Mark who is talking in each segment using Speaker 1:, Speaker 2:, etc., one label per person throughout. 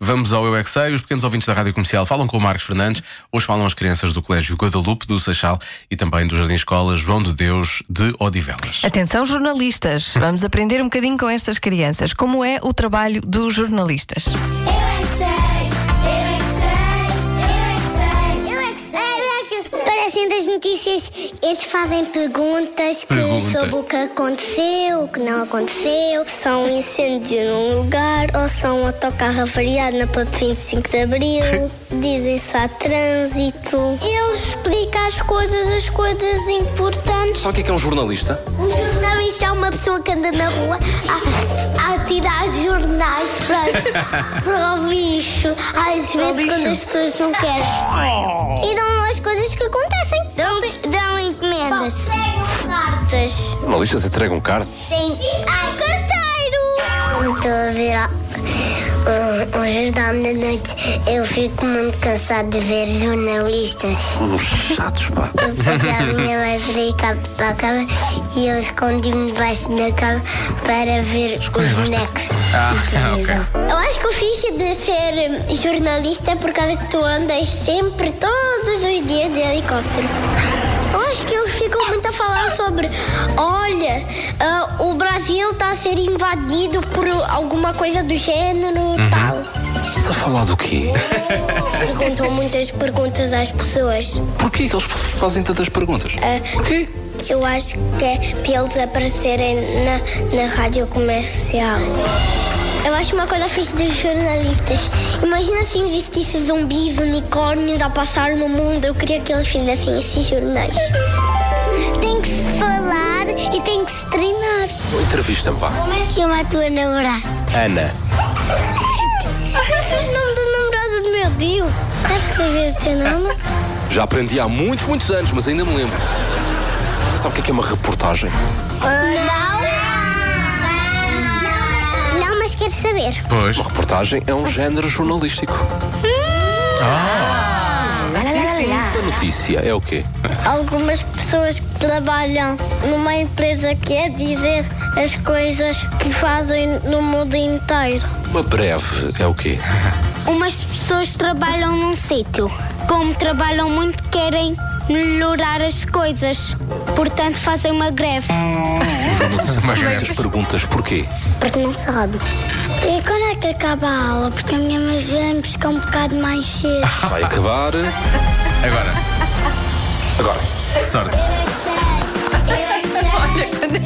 Speaker 1: Vamos ao Eu é que Sei. Os pequenos ouvintes da Rádio Comercial falam com o Marcos Fernandes. Hoje falam as crianças do Colégio Guadalupe do Seixal e também do Jardim Escola João de Deus de Odivelas.
Speaker 2: Atenção, jornalistas, vamos aprender um bocadinho com estas crianças. Como é o trabalho dos jornalistas?
Speaker 3: Eu é que sei, eu é que sei, eu é que sei, eu é que sei, eu é que sei. Parecem das notícias, eles fazem perguntas que
Speaker 1: Pergunta.
Speaker 3: sobre o que aconteceu, o que não aconteceu. Se há um incêndio num lugar ou se há um autocarro avariado na ponte 25 de Abril. Dizem se há trânsito. Eles explicam as coisas, as coisas importantes.
Speaker 4: Sabe o que é que é um jornalista?
Speaker 3: Não, isto é uma pessoa que anda na rua a, a tirar jornais para, para o bicho. Às vezes, quando as pessoas não querem.
Speaker 4: Oh.
Speaker 3: E dão as coisas que acontecem. Dão, dão encomendas. Cartas.
Speaker 4: Jornalistas entregam um carta.
Speaker 3: Sim. Ai, carteiro! Estou a ver a- o- o jornal da noite. Eu fico muito cansado de ver jornalistas.
Speaker 4: Uns chatos, pá.
Speaker 3: Porque a minha mãe fica para a cama e eu escondi-me debaixo da cama para ver os bonecos.
Speaker 1: Ah,
Speaker 3: na televisão. Eu acho que eu fiz de ser jornalista é por causa que tu andas sempre, todos os dias, de helicóptero. Eu acho que eles ficam muito a falar sobre: olha, ah, o Brasil está a ser invadido por alguma coisa do gênero tal.
Speaker 4: Estás a falar do quê?
Speaker 3: Perguntam muitas perguntas às pessoas.
Speaker 4: Porquê que eles fazem tantas perguntas? Porquê?
Speaker 3: Ah, Eu acho que é para eles aparecerem na, na rádio comercial. Eu acho uma coisa fixe dos jornalistas. Imagina se investisse zumbis, unicórnios a passar no mundo. Eu queria que eles fizessem esses jornais. Tem que se falar e tem que se treinar.
Speaker 4: Entrevista-me, vá.
Speaker 3: Como é que chama a tua namorada?
Speaker 4: Ana.
Speaker 3: o nome do namorado do meu tio. Sabes escrever o teu nome?
Speaker 4: Já aprendi há muitos, muitos anos, mas ainda me lembro. Sabe o que é que é uma reportagem?
Speaker 3: Não. Não, mas quero saber.
Speaker 1: Pois.
Speaker 4: Uma reportagem é um género jornalístico. Uma notícia é o quê?
Speaker 3: Algumas pessoas que trabalham numa empresa que é dizer as coisas que fazem no mundo inteiro.
Speaker 4: Uma breve é o quê?
Speaker 3: Umas pessoas trabalham num sítio. Como trabalham muito, querem melhorar as coisas. Portanto, fazem uma greve.
Speaker 4: O jornalista faz muitas perguntas. Porquê?
Speaker 3: Porque não sabe. E quando é que acaba a aula? Porque a minha mãe vem buscar um bocado mais cedo.
Speaker 4: Vai acabar...
Speaker 1: Agora,
Speaker 4: Agora.
Speaker 1: sorte.
Speaker 3: é
Speaker 2: Quando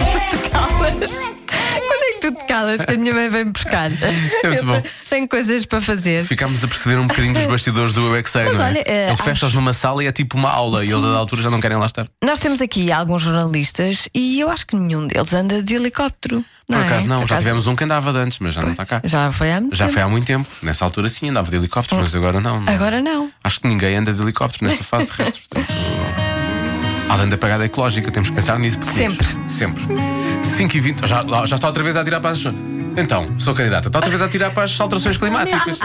Speaker 2: é que tu te calas? Que a minha mãe vem me buscar.
Speaker 1: É muito bom.
Speaker 2: Tenho coisas para fazer.
Speaker 1: Ficámos a perceber um bocadinho dos bastidores do Eu é que Sei,
Speaker 2: Mas
Speaker 1: não é?
Speaker 2: olha, eh,
Speaker 1: Eles fecham-os numa sala e é tipo uma aula e eles, a da altura, já não querem lá estar.
Speaker 2: Nós temos aqui alguns jornalistas e eu acho que nenhum deles anda de helicóptero.
Speaker 1: Por acaso,
Speaker 2: é?
Speaker 1: não.
Speaker 2: Por
Speaker 1: já
Speaker 2: acaso,
Speaker 1: tivemos um que andava de antes, mas já não está cá.
Speaker 2: Já foi há muito
Speaker 1: Já
Speaker 2: tempo.
Speaker 1: foi há muito tempo. Nessa altura sim andava de helicóptero, mas agora não. não.
Speaker 2: Agora não.
Speaker 1: Acho que ninguém anda de helicóptero nessa fase de resto. portanto, Além da pagada ecológica, temos que pensar nisso. porque-
Speaker 2: Sempre.
Speaker 1: Sempre. 5 e 20
Speaker 2: ah,
Speaker 1: já, lá- já está outra vez a tirar para as. Então, sou candidata. Está outra vez a tirar para as alterações climáticas.